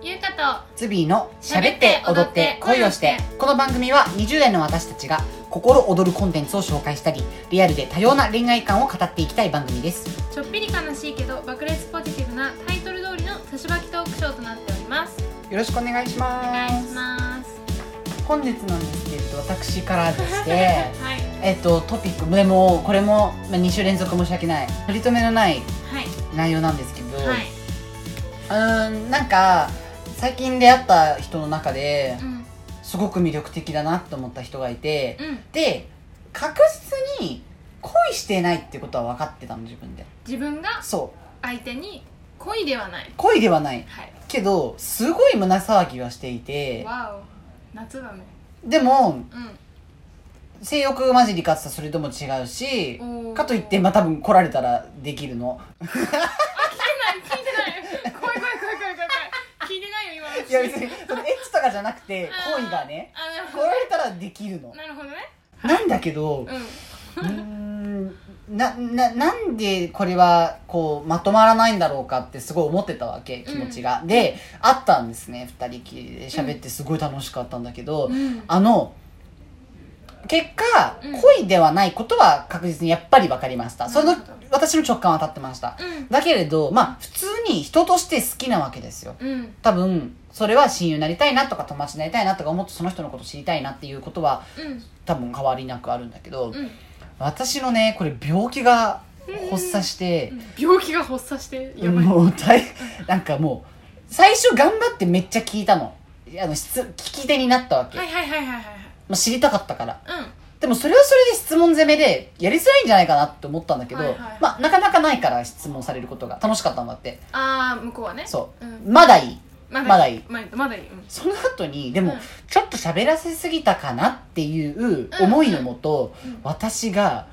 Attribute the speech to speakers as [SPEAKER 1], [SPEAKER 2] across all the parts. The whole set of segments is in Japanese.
[SPEAKER 1] ゆうか
[SPEAKER 2] ツビーの喋って踊って恋をしてこの番組は20代の私たちが心躍るコンテンツを紹介したりリアルで多様な恋愛観を語っていきたい番組です
[SPEAKER 1] とちょっぴり悲しいけど爆裂ポジティブなタイトル通りの差しばきトークショーとなっております
[SPEAKER 2] よろしくお願いしま
[SPEAKER 1] お
[SPEAKER 2] す
[SPEAKER 1] 願いします
[SPEAKER 2] 本日なんですけれど私からでして
[SPEAKER 1] はい
[SPEAKER 2] えっとトピックでもこれも2週連続申し訳ない取り留めのない
[SPEAKER 1] はい
[SPEAKER 2] 内容なんですけど、
[SPEAKER 1] はいう
[SPEAKER 2] ーんなんか最近出会った人の中で
[SPEAKER 1] うん
[SPEAKER 2] すごく魅力的だなと思った人がいて
[SPEAKER 1] うん
[SPEAKER 2] で確実に恋してないってことは分かってたの自分で
[SPEAKER 1] 自分が
[SPEAKER 2] そう
[SPEAKER 1] 相手に恋ではない
[SPEAKER 2] 恋ではない
[SPEAKER 1] はい
[SPEAKER 2] けどすごい胸騒ぎはしていて
[SPEAKER 1] わお夏だね
[SPEAKER 2] でも
[SPEAKER 1] う
[SPEAKER 2] 性欲混じりかっつったらそれとも違うし
[SPEAKER 1] んおー
[SPEAKER 2] かといってまあ多分来られたらできるの
[SPEAKER 1] 聞いてない怖い怖い怖い怖い怖い怖い聞いてないよ今の
[SPEAKER 2] いや別にそのエッチとかじゃなくて
[SPEAKER 1] あー
[SPEAKER 2] 恋がね
[SPEAKER 1] あなる
[SPEAKER 2] 来
[SPEAKER 1] ほど
[SPEAKER 2] られたらできるの
[SPEAKER 1] なるほどね
[SPEAKER 2] なんだけど
[SPEAKER 1] うん
[SPEAKER 2] うーんなななんでこれはこうまとまらないんだろうかってすごい思ってたわけ気持ちが、であったんですね二人きりで喋ってすごい楽しかったんだけど、
[SPEAKER 1] うん
[SPEAKER 2] あの結果、
[SPEAKER 1] うん
[SPEAKER 2] 恋ではないことは確実にやっぱり分かりましたその
[SPEAKER 1] なるほど
[SPEAKER 2] 私の直感は当たってました
[SPEAKER 1] うん
[SPEAKER 2] だけれどまあ普通に人として好きなわけですよ
[SPEAKER 1] うん
[SPEAKER 2] 多分それは親友になりたいなとか友達になりたいなとか思ってその人のこと知りたいなっていうことは
[SPEAKER 1] うん
[SPEAKER 2] 多分変わりなくあるんだけど、
[SPEAKER 1] うん
[SPEAKER 2] 私のねこれ病気が発作して、
[SPEAKER 1] 病気が発作してやばい、
[SPEAKER 2] もう大なんかもう最初頑張ってめっちゃ聞いたのあの質聞き手になったわけ、
[SPEAKER 1] はいはいはいはいはい
[SPEAKER 2] まあ知りたかったから
[SPEAKER 1] はい
[SPEAKER 2] でもそれはそれで質問攻めでやりづらいんじゃないかなって思ったんだけど、
[SPEAKER 1] はいはい
[SPEAKER 2] まあなかなかないから質問されることが楽しかったんだって
[SPEAKER 1] うんああ向こうはね、
[SPEAKER 2] そう
[SPEAKER 1] ん、
[SPEAKER 2] まだいい
[SPEAKER 1] ま
[SPEAKER 2] まだいい
[SPEAKER 1] まだいいまだいい、うん
[SPEAKER 2] その後にでも、
[SPEAKER 1] うん
[SPEAKER 2] ちょっと喋らせすぎたかなっていう思いのもと、
[SPEAKER 1] うんうんうん
[SPEAKER 2] 私が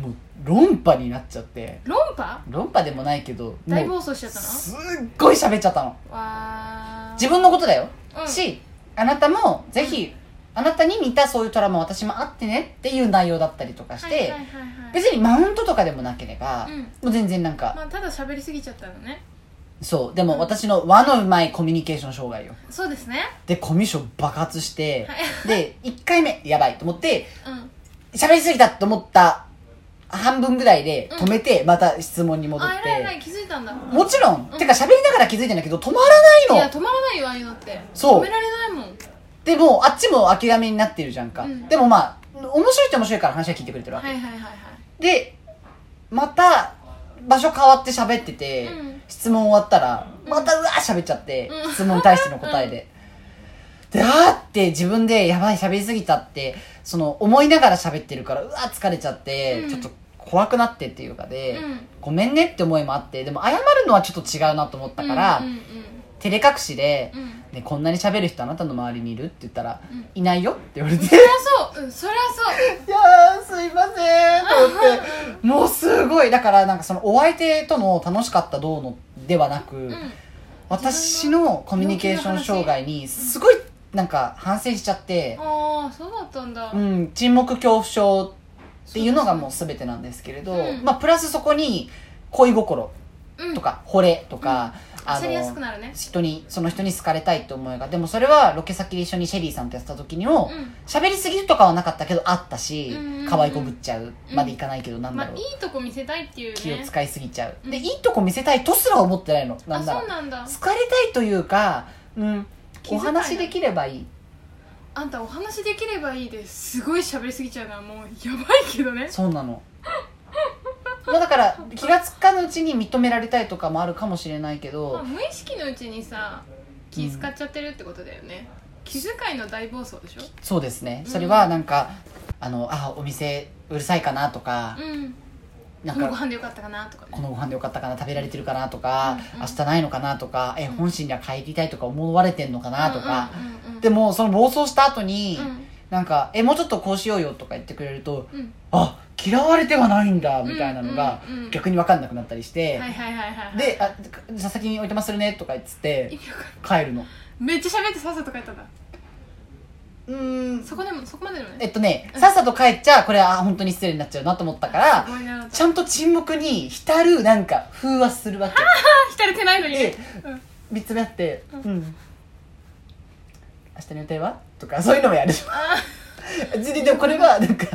[SPEAKER 2] もう論破になっちゃって
[SPEAKER 1] 論破
[SPEAKER 2] 論破でもないけど
[SPEAKER 1] 大暴
[SPEAKER 2] もう
[SPEAKER 1] 走しちゃったの
[SPEAKER 2] すっごい喋っちゃったの
[SPEAKER 1] わー
[SPEAKER 2] 自分のことだよ、
[SPEAKER 1] うん
[SPEAKER 2] しあなたもぜひ、あなたに似たそういうトラマ私もあってねっていう内容だったりとかして、
[SPEAKER 1] はいはいはいはい
[SPEAKER 2] 別にマウントとかでもなければ、
[SPEAKER 1] うん
[SPEAKER 2] もう全然なんか、
[SPEAKER 1] まあただ喋りすぎちゃったのね
[SPEAKER 2] そうでも私の和のうまいコミュニケーション障害よ
[SPEAKER 1] そうですね
[SPEAKER 2] でコミュ障爆発して、
[SPEAKER 1] は
[SPEAKER 2] で1回目やばいと思って
[SPEAKER 1] うん
[SPEAKER 2] 喋りすぎたと思った半分ぐらいで
[SPEAKER 1] うん
[SPEAKER 2] 止めてまた質問に戻っ
[SPEAKER 1] あ
[SPEAKER 2] て
[SPEAKER 1] え、らいえらい気づいたんだ
[SPEAKER 2] もちろん、
[SPEAKER 1] うん
[SPEAKER 2] てか喋りながら気づいてんだけど止まら
[SPEAKER 1] い
[SPEAKER 2] ない
[SPEAKER 1] や
[SPEAKER 2] の
[SPEAKER 1] 止まらないよああいうのって
[SPEAKER 2] そう
[SPEAKER 1] 止められないもん
[SPEAKER 2] でもうあっちも諦めになってるじゃんか、
[SPEAKER 1] うん
[SPEAKER 2] でもまあ面白いって面白いから話は聞いてくれてるわけ、
[SPEAKER 1] はいはいはいは
[SPEAKER 2] でまた場所変わって喋ってて、
[SPEAKER 1] うん
[SPEAKER 2] 質問終わったら
[SPEAKER 1] ん
[SPEAKER 2] またうわー喋っちゃって、
[SPEAKER 1] うん
[SPEAKER 2] 質問に対しての答えで、であーって自分でやばい喋りすぎたってその思いながら喋ってるからうわー疲れちゃって、
[SPEAKER 1] うん
[SPEAKER 2] ちょっと怖くなってっていうか
[SPEAKER 1] い
[SPEAKER 2] で、
[SPEAKER 1] うん
[SPEAKER 2] ごめんねって思いもあってでも謝るのはちょっと違うなと思ったから、
[SPEAKER 1] うんうん
[SPEAKER 2] 照れ隠しで、
[SPEAKER 1] うんうん
[SPEAKER 2] ね「こんなに喋る人あなたの周りにいる?」って言ったら「
[SPEAKER 1] うん
[SPEAKER 2] いないよ」って言われ て
[SPEAKER 1] そりゃそううんそりゃそう
[SPEAKER 2] いやーすいませんと 思ってもうすごいだからなんかそのお相手との楽しかったどうのではなく、
[SPEAKER 1] うん
[SPEAKER 2] 私のコミュニケーション障害にすごいなんか反省しちゃって、
[SPEAKER 1] ああそうだったんだ
[SPEAKER 2] うん、沈黙恐怖症っていうのがもう全てなんですけれど、
[SPEAKER 1] うん
[SPEAKER 2] まあ、プラスそこに恋心
[SPEAKER 1] うん
[SPEAKER 2] とか惚れとか、あ
[SPEAKER 1] 焦りやすく
[SPEAKER 2] の
[SPEAKER 1] なるね
[SPEAKER 2] 人にその人に好かれたいって思いがでもそれはロケ先で一緒にシェリーさんとやってた時にも、
[SPEAKER 1] う
[SPEAKER 2] 喋りすぎるとかはなかったけどあったし
[SPEAKER 1] うんうんうん
[SPEAKER 2] 可愛いこぶっちゃうまでいかないけどなんんだ
[SPEAKER 1] まあ
[SPEAKER 2] ろう
[SPEAKER 1] いいとこ見せたいっていうね
[SPEAKER 2] 気を使いすぎちゃうで
[SPEAKER 1] うん
[SPEAKER 2] いいとこ見せたいとすら思ってないのな
[SPEAKER 1] あ
[SPEAKER 2] んだ
[SPEAKER 1] そ
[SPEAKER 2] ろ
[SPEAKER 1] う
[SPEAKER 2] う
[SPEAKER 1] なんだ
[SPEAKER 2] 好かれたいというかうん
[SPEAKER 1] 気遣い
[SPEAKER 2] お話できればいい
[SPEAKER 1] あんたお話できればいいですごい喋りすぎちゃうのはもうやばいけどね
[SPEAKER 2] そうなのまあだから気がつかぬうちに認められたいとかもあるかもしれないけ
[SPEAKER 1] まあ
[SPEAKER 2] ど
[SPEAKER 1] 無意識のうちにさ気使っちゃってるってことだよね、気遣いの大暴走でしょ
[SPEAKER 2] そうですね
[SPEAKER 1] うん
[SPEAKER 2] それはなんかあのあお店うるさいかなとか
[SPEAKER 1] うん
[SPEAKER 2] なん
[SPEAKER 1] このご
[SPEAKER 2] か
[SPEAKER 1] 飯でよかったかなとか
[SPEAKER 2] このご飯でよかったかな食べられてるかなとか
[SPEAKER 1] うんうん
[SPEAKER 2] 明日ないのかなとかえ
[SPEAKER 1] うん
[SPEAKER 2] 本心には帰りたいとか思われてんのかなとか
[SPEAKER 1] うんうんうん
[SPEAKER 2] でもその暴走した後に、
[SPEAKER 1] うん
[SPEAKER 2] なんか「えもうちょっとこうしようよ」とか言ってくれると
[SPEAKER 1] うん
[SPEAKER 2] 「あ嫌われてはないんだ」みたいなのが
[SPEAKER 1] うんうんうん
[SPEAKER 2] 逆に分かんなくなったりし
[SPEAKER 1] はい
[SPEAKER 2] て
[SPEAKER 1] はいはいはいはい
[SPEAKER 2] 「であじゃあ先に置いてまするね」とか言って
[SPEAKER 1] 意
[SPEAKER 2] て
[SPEAKER 1] 味わかんない
[SPEAKER 2] 帰るの
[SPEAKER 1] めっちゃ喋ってさっさと帰ったんだ
[SPEAKER 2] うーん
[SPEAKER 1] そこでもそこまでの
[SPEAKER 2] え
[SPEAKER 1] ね
[SPEAKER 2] っとねさっさと帰っちゃこれはあ本当に失礼になっちゃうなと思ったから
[SPEAKER 1] すごいなあな
[SPEAKER 2] ち
[SPEAKER 1] た
[SPEAKER 2] ゃんと沈黙に浸るなんか風話するわけ
[SPEAKER 1] 浸れてないのにね
[SPEAKER 2] で見つめ合って「うん明日の予定はとかそういうのもやるでしょ
[SPEAKER 1] あ
[SPEAKER 2] 別にでもこれはなんか、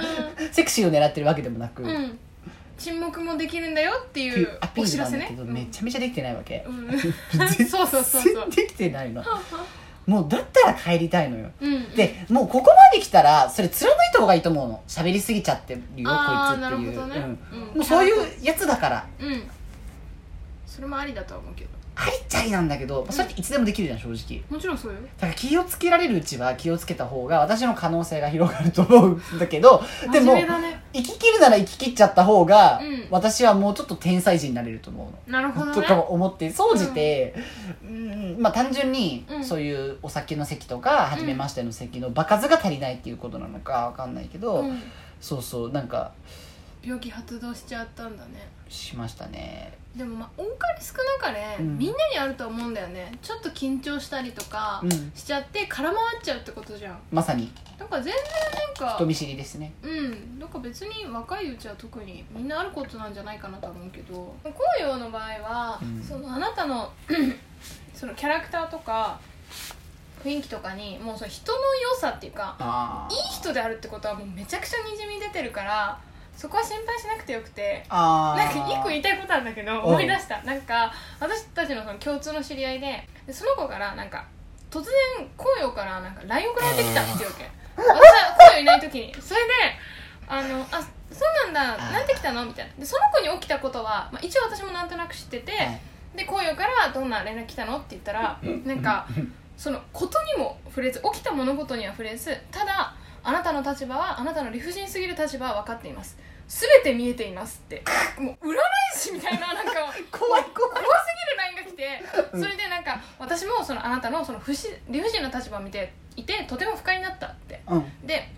[SPEAKER 2] セクシーを狙ってるわけでもなく、
[SPEAKER 1] ーうん沈黙もできるんだよって
[SPEAKER 2] って
[SPEAKER 1] い
[SPEAKER 2] いううアピ
[SPEAKER 1] お知
[SPEAKER 2] ー
[SPEAKER 1] ら
[SPEAKER 2] ルなん
[SPEAKER 1] せ
[SPEAKER 2] だ
[SPEAKER 1] ね
[SPEAKER 2] けど、
[SPEAKER 1] うん
[SPEAKER 2] めちゃめちゃできてないわけ
[SPEAKER 1] う、ん そうそうそう
[SPEAKER 2] 全
[SPEAKER 1] そう
[SPEAKER 2] 然できてないのもうだったら帰りたいのよ
[SPEAKER 1] うん
[SPEAKER 2] でもうここまで来たらそれ貫いた方がいいと思うの喋りすぎちゃってるよ
[SPEAKER 1] あ
[SPEAKER 2] こ
[SPEAKER 1] ー
[SPEAKER 2] いつ
[SPEAKER 1] な
[SPEAKER 2] っ
[SPEAKER 1] る
[SPEAKER 2] て
[SPEAKER 1] ほ
[SPEAKER 2] いう
[SPEAKER 1] どね
[SPEAKER 2] うん
[SPEAKER 1] うん
[SPEAKER 2] もうそういうやつだから
[SPEAKER 1] うんそれもありだとは思うけど
[SPEAKER 2] ありっちゃいなんだけど、まあそれっていつでもできるじゃん正直
[SPEAKER 1] もちろんそうよ
[SPEAKER 2] だから気をつけられるうちは気をつけた方が私の可能性が広がると思うんだけど で
[SPEAKER 1] 真
[SPEAKER 2] も
[SPEAKER 1] 面目だね
[SPEAKER 2] 生き切るなら生き切っちゃった方が、
[SPEAKER 1] うん
[SPEAKER 2] 私はもうちょっと天才人になれると思うの
[SPEAKER 1] なるほどね
[SPEAKER 2] とかも思って総じて、うんまあ、単純に
[SPEAKER 1] うん
[SPEAKER 2] そういうお酒の席とか初めましての席の場数が足りないっていうことなのかわかんないけど、
[SPEAKER 1] うん
[SPEAKER 2] そうそうなんか
[SPEAKER 1] 病気発動しちゃったんだね
[SPEAKER 2] しましたね
[SPEAKER 1] でもまあ多かれ少なかれ、
[SPEAKER 2] うん
[SPEAKER 1] みんなにあると思うんだよねちょっと緊張したりとか
[SPEAKER 2] うん
[SPEAKER 1] しちゃって空回っちゃうってことじゃん
[SPEAKER 2] まさに
[SPEAKER 1] なんか全然なん
[SPEAKER 2] 人
[SPEAKER 1] か
[SPEAKER 2] 見知りですね
[SPEAKER 1] うんなんか別に若いうちは特にみんなあることなんじゃないかなとは思うけど紅葉の場合は、
[SPEAKER 2] うん
[SPEAKER 1] そのあなたの そのキャラクターとか雰囲気とかにもうその人の良さっていうか
[SPEAKER 2] あ
[SPEAKER 1] いい人であるってことはもうめちゃくちゃにじみ出てるからそこは心配しなくてよくて
[SPEAKER 2] あ
[SPEAKER 1] なんか一個
[SPEAKER 2] い
[SPEAKER 1] 言いたいことあるんだけど
[SPEAKER 2] ん
[SPEAKER 1] 思い出したなんか私たちのその共通の知り合いででその子からなんか突然紅葉からなんか LINE 送られてきたっていうわけ私は紅葉いない時にそれであのあそうなんだなんて来たのみたいなでその子に起きたことは、まあ、一応私もなんとなく知ってて、
[SPEAKER 2] はい
[SPEAKER 1] で紅葉からどんな連絡来たのって言ったらなんかそのことにも触れず起きた物事には触れずただあなたの立場はあなたの理不尽すぎる立場は分かっています全て見えていますってもう占い師みたいななんか
[SPEAKER 2] 怖い怖い
[SPEAKER 1] 怖すぎる LINE が来てそれでなんか私もそのあなたのその不自理不尽な立場を見ていてとても不快になったって
[SPEAKER 2] うん
[SPEAKER 1] で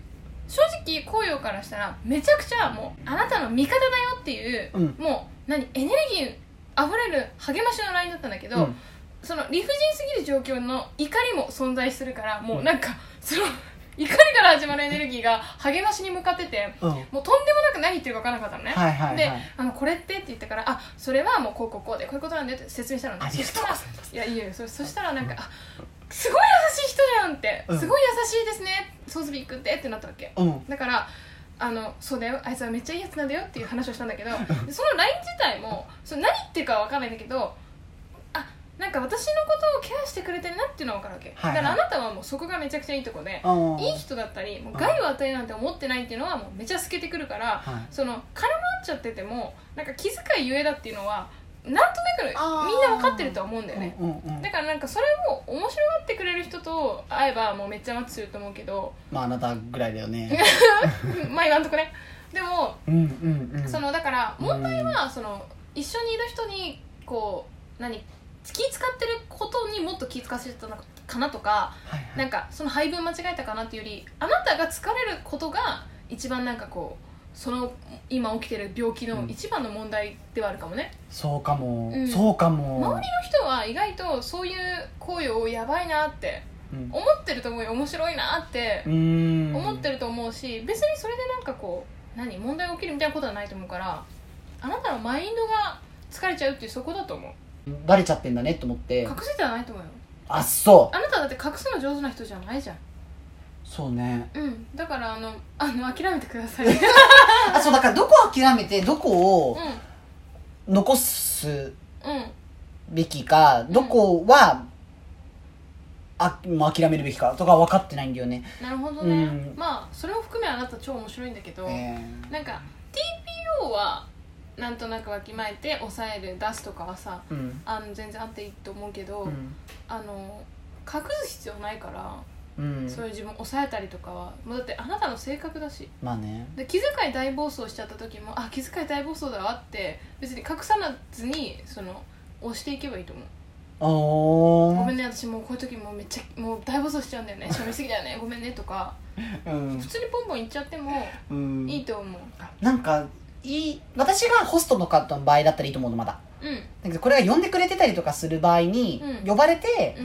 [SPEAKER 1] 正直紅葉からしたらめちゃくちゃもうあなたの味方だよっていう、
[SPEAKER 2] うん
[SPEAKER 1] もう何エネルギーあふれる励ましの LINE だったんだけど、
[SPEAKER 2] うん
[SPEAKER 1] その理不尽すぎる状況の怒りも存在するからもうなんか、その怒りから始まるエネルギーが励ましに向かってて
[SPEAKER 2] うん
[SPEAKER 1] もうとんでもなく何言ってるか分からなかったのね、
[SPEAKER 2] はいはいはい
[SPEAKER 1] であの「これって?」って言ったから「あそれはもうこうこうこうでこういうことなんだよ」って説明したのね
[SPEAKER 2] ありがとうございます
[SPEAKER 1] そしたらいやいやいやそそしたらなんか「あすごい優しい人じゃん」って「
[SPEAKER 2] うん
[SPEAKER 1] すごい優しいですねソーズビー君って」ってなったわけ
[SPEAKER 2] うん
[SPEAKER 1] だからあのそうだよあいつはめっちゃいいやつなんだよっていう話をしたんだけ どでその LINE 自体もその何言ってるかは分からないんだけどあなんか私のことをケアしてくれてるなっていうのは分かるわけ、
[SPEAKER 2] はいはい
[SPEAKER 1] だからあなたはもうそこがめちゃくちゃいいとこで
[SPEAKER 2] うん
[SPEAKER 1] いい人だったりもう害を与えるなんて思ってないっていうのはもうめちゃ透けてくるから、
[SPEAKER 2] はい
[SPEAKER 1] その絡まっちゃっててもなんか気遣いゆえだっていうのはなんとなくみん
[SPEAKER 2] あー
[SPEAKER 1] な分かってるとは思うんだよね
[SPEAKER 2] うんうんうん
[SPEAKER 1] だからなんかそれを面白がってくれる人と会えばもうめっちゃマッチすると思うけ ど
[SPEAKER 2] まああなたぐらいだよね
[SPEAKER 1] まあ今んとこねでも
[SPEAKER 2] うんうんうん
[SPEAKER 1] そのだから問題はその一緒にいる人にこう何気使ってることにもっと気使わせてたのかなとか
[SPEAKER 2] はいはい
[SPEAKER 1] なんかその配分間違えたかなっていうよりあなたが疲れることが一番なんかこうその今起きてる病気の一番の問題ではあるかもね、
[SPEAKER 2] そうかも、
[SPEAKER 1] うん
[SPEAKER 2] そうかも
[SPEAKER 1] 周りの人は意外とそういう行為をやばいなって
[SPEAKER 2] うん
[SPEAKER 1] 思ってると思うよ面白いなって
[SPEAKER 2] うーん
[SPEAKER 1] 思ってると思うし別にそれでなんかこう何問題起きるみたいなことはないと思うからあなたのマインドが疲れちゃうっていうそこだと思う
[SPEAKER 2] バレちゃってんだねと思って
[SPEAKER 1] 隠せてはないと思うよ
[SPEAKER 2] あそ
[SPEAKER 1] あなただって隠すの上手な人じゃないじゃん
[SPEAKER 2] うそうね
[SPEAKER 1] うんだからあのあの諦めてくだ さい
[SPEAKER 2] あそうだからどこを諦めてどこを
[SPEAKER 1] う
[SPEAKER 2] 残す
[SPEAKER 1] んうん
[SPEAKER 2] べきかどこは、あもう諦めるべきかとか分かってないんだよね、
[SPEAKER 1] なるほどね、
[SPEAKER 2] うん
[SPEAKER 1] まあそれも含めあなた超面白いんだけど、
[SPEAKER 2] え
[SPEAKER 1] なんか TPO はなんとなくわきまえて抑える出すとかはさ
[SPEAKER 2] ーうん
[SPEAKER 1] あの全然あっていいと思うけど、
[SPEAKER 2] うん
[SPEAKER 1] あの隠す必要ないから
[SPEAKER 2] うん
[SPEAKER 1] そういう自分を抑えたりとかはもうだってあなたの性格だし
[SPEAKER 2] まあね
[SPEAKER 1] で気遣い大暴走しちゃった時もあ気遣い大暴走だわって別に隠さなずにその押していけばいいと思う、
[SPEAKER 2] お
[SPEAKER 1] ごめ
[SPEAKER 2] ー
[SPEAKER 1] んね私もうこういう時もうめっちゃもう大暴走しちゃうんだよね喋りすぎだよねごめんねとか
[SPEAKER 2] うん
[SPEAKER 1] 普通にポンポン言っちゃっても
[SPEAKER 2] うん
[SPEAKER 1] いいと思う
[SPEAKER 2] なんかいい私がホストとかの場合だったらいいと思うのまだ
[SPEAKER 1] うんうん
[SPEAKER 2] だけどこれが呼んでくれてたりとかする場合に、
[SPEAKER 1] うん
[SPEAKER 2] 呼ばれて、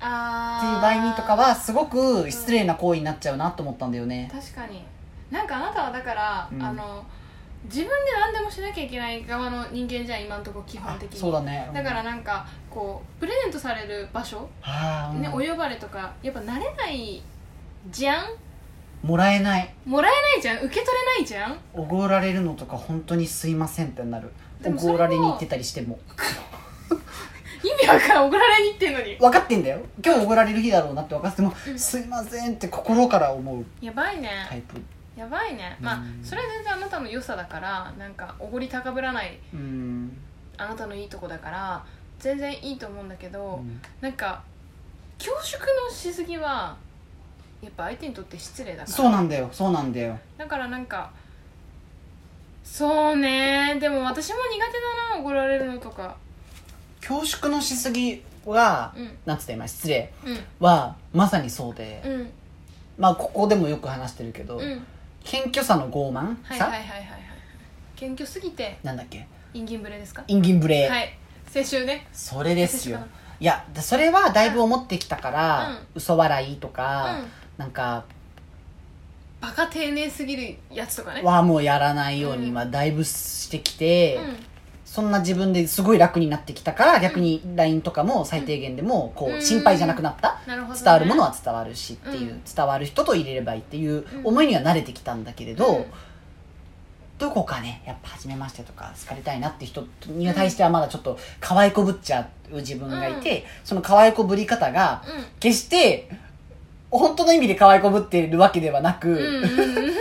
[SPEAKER 1] あ
[SPEAKER 2] って
[SPEAKER 1] ー
[SPEAKER 2] いう場合にとかはすごく失礼な行為になっちゃうなと思ったんだよね
[SPEAKER 1] 確かになんかあなたはだから、
[SPEAKER 2] うん
[SPEAKER 1] あの自分で何でもしなきゃいけない側の人間じゃん今のところ基本的に
[SPEAKER 2] そうだね
[SPEAKER 1] だからなんかこうプレゼントされる場所、
[SPEAKER 2] あーうん
[SPEAKER 1] ね、お呼ばれとかやっぱ慣れないじゃん
[SPEAKER 2] もらえない
[SPEAKER 1] もらえないじゃん受け取れないじゃん
[SPEAKER 2] おごられるのとか本当にすいませんってなる
[SPEAKER 1] で
[SPEAKER 2] お
[SPEAKER 1] もそれも
[SPEAKER 2] ごられに行ってたりしても
[SPEAKER 1] 意味わからん怒られに行ってんのに
[SPEAKER 2] 分かってんだよ今日おごられる日だろうなって分かっててもすいませんって心から思う
[SPEAKER 1] やばいね、
[SPEAKER 2] タイプ
[SPEAKER 1] やばいねまあ
[SPEAKER 2] うん
[SPEAKER 1] それは全然あなたの良さだからなんかおごり高ぶらない
[SPEAKER 2] うん
[SPEAKER 1] あなたのいいとこだから全然いいと思うんだけど、
[SPEAKER 2] うん
[SPEAKER 1] なんか恐縮のしすぎはやっぱ相手にとって失礼だから
[SPEAKER 2] そうなんだよそうなんだよ
[SPEAKER 1] だからなんかそうねでも私も苦手だな怒られるのとか
[SPEAKER 2] 恐縮のしすぎは、
[SPEAKER 1] うん
[SPEAKER 2] なんつった今失礼
[SPEAKER 1] う
[SPEAKER 2] はまさにそうで、
[SPEAKER 1] んうん
[SPEAKER 2] まあここでもよく話してるけど、
[SPEAKER 1] うん
[SPEAKER 2] 謙虚さの傲慢
[SPEAKER 1] はいはい
[SPEAKER 2] さ、
[SPEAKER 1] はいはいはい謙虚すぎて
[SPEAKER 2] なんだっけ
[SPEAKER 1] インギンブレですか
[SPEAKER 2] インギンブレ、
[SPEAKER 1] はい先週ね
[SPEAKER 2] それですよ
[SPEAKER 1] 先週
[SPEAKER 2] いやでそれはだいぶ思ってきたから、
[SPEAKER 1] うん
[SPEAKER 2] 嘘笑いと
[SPEAKER 1] う
[SPEAKER 2] か、
[SPEAKER 1] ん
[SPEAKER 2] なんか
[SPEAKER 1] バカ丁寧すぎるやつとかね
[SPEAKER 2] はもうやらないよう
[SPEAKER 1] う
[SPEAKER 2] に
[SPEAKER 1] ん
[SPEAKER 2] はだいぶしてきて、
[SPEAKER 1] うん
[SPEAKER 2] そんな自分ですごい楽になってきたから逆に LINE とかも最低限でもこ
[SPEAKER 1] う
[SPEAKER 2] うん心配じゃなくなった、
[SPEAKER 1] なるほどね、
[SPEAKER 2] 伝わるものは伝わるしってい
[SPEAKER 1] う
[SPEAKER 2] う、
[SPEAKER 1] ん
[SPEAKER 2] 伝わる人と入れればいいっていう思いには慣れてきたんだけれど、
[SPEAKER 1] うん
[SPEAKER 2] どこかねやっぱ初めましてとか好かれたいなって人に対してはまだちょっと可愛こぶっちゃう自分がいて、その可愛こぶり方が決して本当の意味で可愛こぶってるわけではなく、
[SPEAKER 1] うんうんうんうん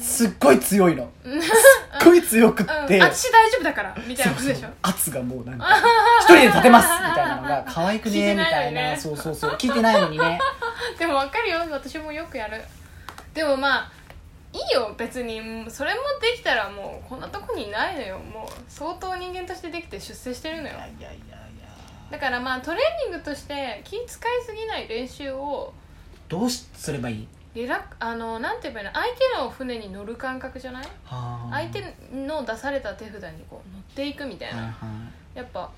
[SPEAKER 2] すっごい強いのすっごい強くって、
[SPEAKER 1] 私大丈夫だからみたいなこと
[SPEAKER 2] そう
[SPEAKER 1] でし
[SPEAKER 2] そ
[SPEAKER 1] ょ
[SPEAKER 2] う圧がもうなんか一人で立てますみたいなのが可愛く
[SPEAKER 1] 聞い
[SPEAKER 2] ね
[SPEAKER 1] て
[SPEAKER 2] み
[SPEAKER 1] な
[SPEAKER 2] た
[SPEAKER 1] いの
[SPEAKER 2] い
[SPEAKER 1] に
[SPEAKER 2] な
[SPEAKER 1] ね
[SPEAKER 2] そうそうそう聞いてないのにね
[SPEAKER 1] でも分かるよ私もよくやるでもまあいいよ別にうんそれもできたらもうこんなとこにいないのよもう相当人間としてできて出世してるのよ
[SPEAKER 2] いやいやいやいや
[SPEAKER 1] だからまあトレーニングとして気使いすぎない練習を
[SPEAKER 2] どうしすればいい
[SPEAKER 1] リラックあのなんて言えばいいの相手の船に乗る感覚じゃない
[SPEAKER 2] はあ
[SPEAKER 1] 相手の出された手札にこう乗っていくみたい
[SPEAKER 2] はい
[SPEAKER 1] な
[SPEAKER 2] はい
[SPEAKER 1] やっぱ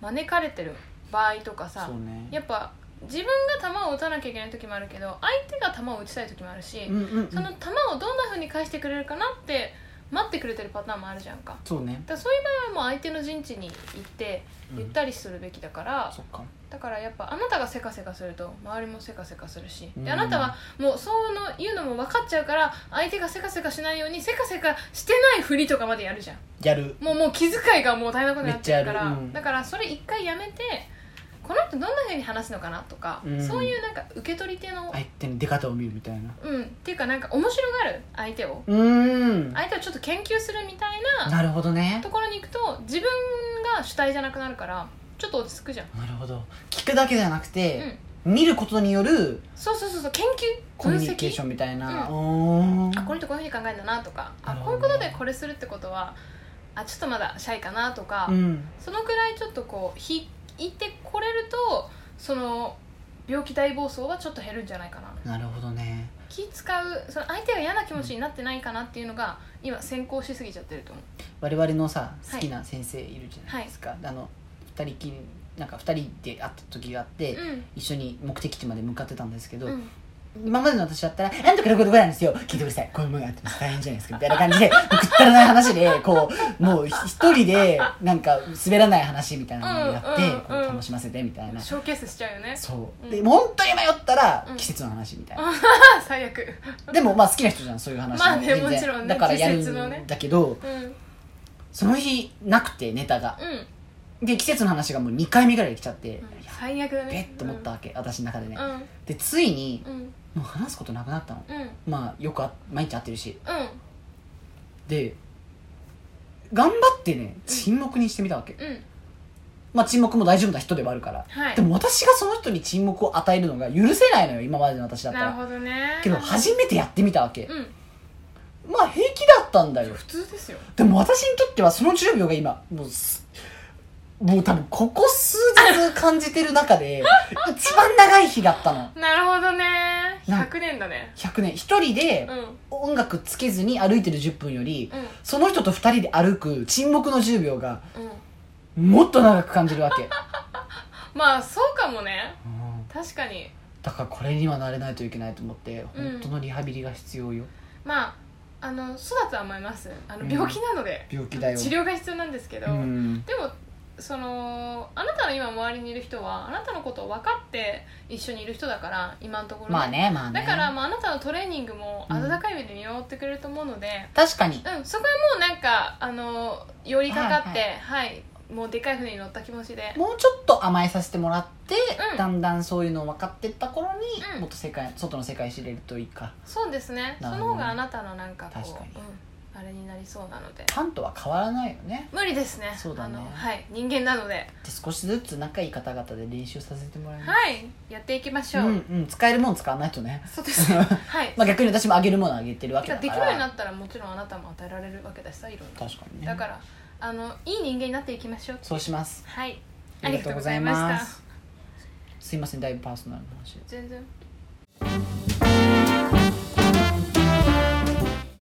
[SPEAKER 1] 招かれてる場合とかさ
[SPEAKER 2] そうね
[SPEAKER 1] やっぱ自分が球を打たなきゃいけない時もあるけど相手が球を打ちたい時もあるし、
[SPEAKER 2] うんうんうん
[SPEAKER 1] その球をどんな風に返してくれるかなって待ってくれてるパターンもあるじゃんかだか
[SPEAKER 2] そうね
[SPEAKER 1] らそういう場合はもう相手の陣地に行って
[SPEAKER 2] うん
[SPEAKER 1] ゆったりするべきだから、
[SPEAKER 2] そっか
[SPEAKER 1] だからやっぱあなたがせかせかすると周りもせかせかするし、
[SPEAKER 2] うん
[SPEAKER 1] であなたはもうそうの言うのも分かっちゃうから相手がせかせかしないようにせかせかしてないふりとかまでやるじゃん
[SPEAKER 2] やる
[SPEAKER 1] もうもう気遣いがもう大変なことになっちゃうから、
[SPEAKER 2] めっちゃあるうん
[SPEAKER 1] だからそれ一回やめてこの人どんなふうに話すのかなとか、
[SPEAKER 2] うん
[SPEAKER 1] そういうなんか受け取り手の、
[SPEAKER 2] 相手の出方を見るみたいな
[SPEAKER 1] うんっていうかなんか面白がる相手を
[SPEAKER 2] うーん
[SPEAKER 1] 相手をちょっと研究するみたいな
[SPEAKER 2] なるほどね
[SPEAKER 1] ところに行くと自分が主体じゃなくなるからちょっと落ち着くじゃん、
[SPEAKER 2] なるほど聞くだけじゃなく
[SPEAKER 1] う
[SPEAKER 2] て、
[SPEAKER 1] ん、
[SPEAKER 2] 見ることによる
[SPEAKER 1] そうそうそうそう研究
[SPEAKER 2] コ
[SPEAKER 1] 分
[SPEAKER 2] ミュニケーシ
[SPEAKER 1] 析
[SPEAKER 2] ョンみたいな、
[SPEAKER 1] う
[SPEAKER 2] おー
[SPEAKER 1] あこの人こういうふうに考えるんだなとかあ
[SPEAKER 2] なる
[SPEAKER 1] こ
[SPEAKER 2] ほ
[SPEAKER 1] うい
[SPEAKER 2] ど
[SPEAKER 1] うことでこれするってことはあちょっとまだシャイかなとか、
[SPEAKER 2] うん
[SPEAKER 1] そのくらいちょっとこう引いてこれるとその病気大暴走はちょっと減るんじゃないかな
[SPEAKER 2] なるほどね
[SPEAKER 1] 気使うその相手が嫌な気持ちになってないかなっていうのが今先行しすぎちゃってると思う
[SPEAKER 2] 我々のさ
[SPEAKER 1] は
[SPEAKER 2] 好
[SPEAKER 1] い
[SPEAKER 2] きな先生いるじゃないですか、あの二人きりなんか二人で会った時があって、
[SPEAKER 1] う
[SPEAKER 2] 一緒に目的地まで向かってたんですけど、
[SPEAKER 1] ん、うん、
[SPEAKER 2] 今までの私だったら「なんとかのことぐらいなんですよ聞いてくださいこういうものがあってます大変じゃないですか」みたいな感じでもうくったらない話でこうもう一人でなんか滑らない話みたいなのをやって、
[SPEAKER 1] うんうんうん
[SPEAKER 2] こう楽しませてみたいな、
[SPEAKER 1] ショーケースしちゃうよね
[SPEAKER 2] そう
[SPEAKER 1] うん
[SPEAKER 2] で本当に迷ったら
[SPEAKER 1] うん
[SPEAKER 2] 季節の話みたいな、
[SPEAKER 1] あ 最悪
[SPEAKER 2] でもまあ好きな人じゃんそういう話
[SPEAKER 1] まあね
[SPEAKER 2] 全然
[SPEAKER 1] もちろんね
[SPEAKER 2] だからやる
[SPEAKER 1] 季節のね
[SPEAKER 2] んだけど、
[SPEAKER 1] うんうん
[SPEAKER 2] その日なくてネタがで季節の話がもう2回目ぐらい来ちゃって、
[SPEAKER 1] 最悪だ
[SPEAKER 2] べっ
[SPEAKER 1] ね
[SPEAKER 2] と思ったわけ、私の中でね、
[SPEAKER 1] うん
[SPEAKER 2] でついに
[SPEAKER 1] うん
[SPEAKER 2] もう話すことなくなったの
[SPEAKER 1] うんうん
[SPEAKER 2] まあよくあ毎日会ってるし
[SPEAKER 1] うん
[SPEAKER 2] で頑張ってね沈黙にしてみたわけ、
[SPEAKER 1] うん
[SPEAKER 2] まあ沈黙も大丈夫な人ではあるから、
[SPEAKER 1] はい
[SPEAKER 2] でも私がその人に沈黙を与えるのが許せないのよ今までの私だった
[SPEAKER 1] なる
[SPEAKER 2] ら
[SPEAKER 1] ほどね
[SPEAKER 2] けど初めてやってみたわけ、
[SPEAKER 1] うん
[SPEAKER 2] まあ平気だったんだよ
[SPEAKER 1] 普通ですよ
[SPEAKER 2] でも私にとってはその10秒が今もうすもう多分ここ数日感じてる 中で一番長い日だったの
[SPEAKER 1] なるほどね
[SPEAKER 2] なん
[SPEAKER 1] 100年だね
[SPEAKER 2] 100年一人で
[SPEAKER 1] うん
[SPEAKER 2] 音楽つけずに歩いてる10分より
[SPEAKER 1] うん
[SPEAKER 2] その人と2人で歩く沈黙の10秒が
[SPEAKER 1] うん
[SPEAKER 2] もっと長く感じるわけ
[SPEAKER 1] まあそうかもね
[SPEAKER 2] うん
[SPEAKER 1] 確かに
[SPEAKER 2] だからこれにはなれないといけないと思って
[SPEAKER 1] うん
[SPEAKER 2] 本当のリハビリが必要よ、
[SPEAKER 1] まああの育つ甘えますあの病気なので、
[SPEAKER 2] 病気だよ
[SPEAKER 1] 治療が必要なんですけど、
[SPEAKER 2] うん
[SPEAKER 1] でもそのあなたの今周りにいる人はあなたのことを分かって一緒にいる人だから今のところ、
[SPEAKER 2] まあねまあね
[SPEAKER 1] だから、まあ、あなたのトレーニングも温かい目で見守ってくれると思うので、
[SPEAKER 2] 確かに
[SPEAKER 1] うんそこはもうなんかあの寄りかかって
[SPEAKER 2] は
[SPEAKER 1] はい、もうでかい船に乗った気持ちで
[SPEAKER 2] もうちょっと甘えさせてもらって、
[SPEAKER 1] うん
[SPEAKER 2] だんだんそういうのを分かってった頃に、
[SPEAKER 1] うん
[SPEAKER 2] もっと世界外の世界知れるといいか
[SPEAKER 1] そうですねそ
[SPEAKER 2] なるほ
[SPEAKER 1] の
[SPEAKER 2] ど
[SPEAKER 1] 方があなたのなんかこう
[SPEAKER 2] 確かに
[SPEAKER 1] うん、あれになりそうなので
[SPEAKER 2] パンとは変わらないよね
[SPEAKER 1] 無理ですね
[SPEAKER 2] そうだね
[SPEAKER 1] あのはい人間なので
[SPEAKER 2] で少しずつ仲いい方々で練習させてもらいま
[SPEAKER 1] はいやっていきまし
[SPEAKER 2] す
[SPEAKER 1] ょう、
[SPEAKER 2] うんうん使えるもん使わないとね
[SPEAKER 1] そうです ねはい
[SPEAKER 2] まあ逆に私もあげるものあげてるわ
[SPEAKER 1] て
[SPEAKER 2] け
[SPEAKER 1] か
[SPEAKER 2] だ
[SPEAKER 1] で
[SPEAKER 2] か
[SPEAKER 1] き
[SPEAKER 2] ら
[SPEAKER 1] るようになったらもちろんあなたも与えられるわけだしさいろんな
[SPEAKER 2] 確かにね
[SPEAKER 1] だからあのいい人間になっていきましょう
[SPEAKER 2] そうします
[SPEAKER 1] はい
[SPEAKER 2] あ
[SPEAKER 1] あ
[SPEAKER 2] り
[SPEAKER 1] りがと
[SPEAKER 2] がとう
[SPEAKER 1] うご
[SPEAKER 2] ござ
[SPEAKER 1] ざ
[SPEAKER 2] い
[SPEAKER 1] い
[SPEAKER 2] ま
[SPEAKER 1] ます
[SPEAKER 2] すいませんだいぶパーソナルな話で
[SPEAKER 1] 全然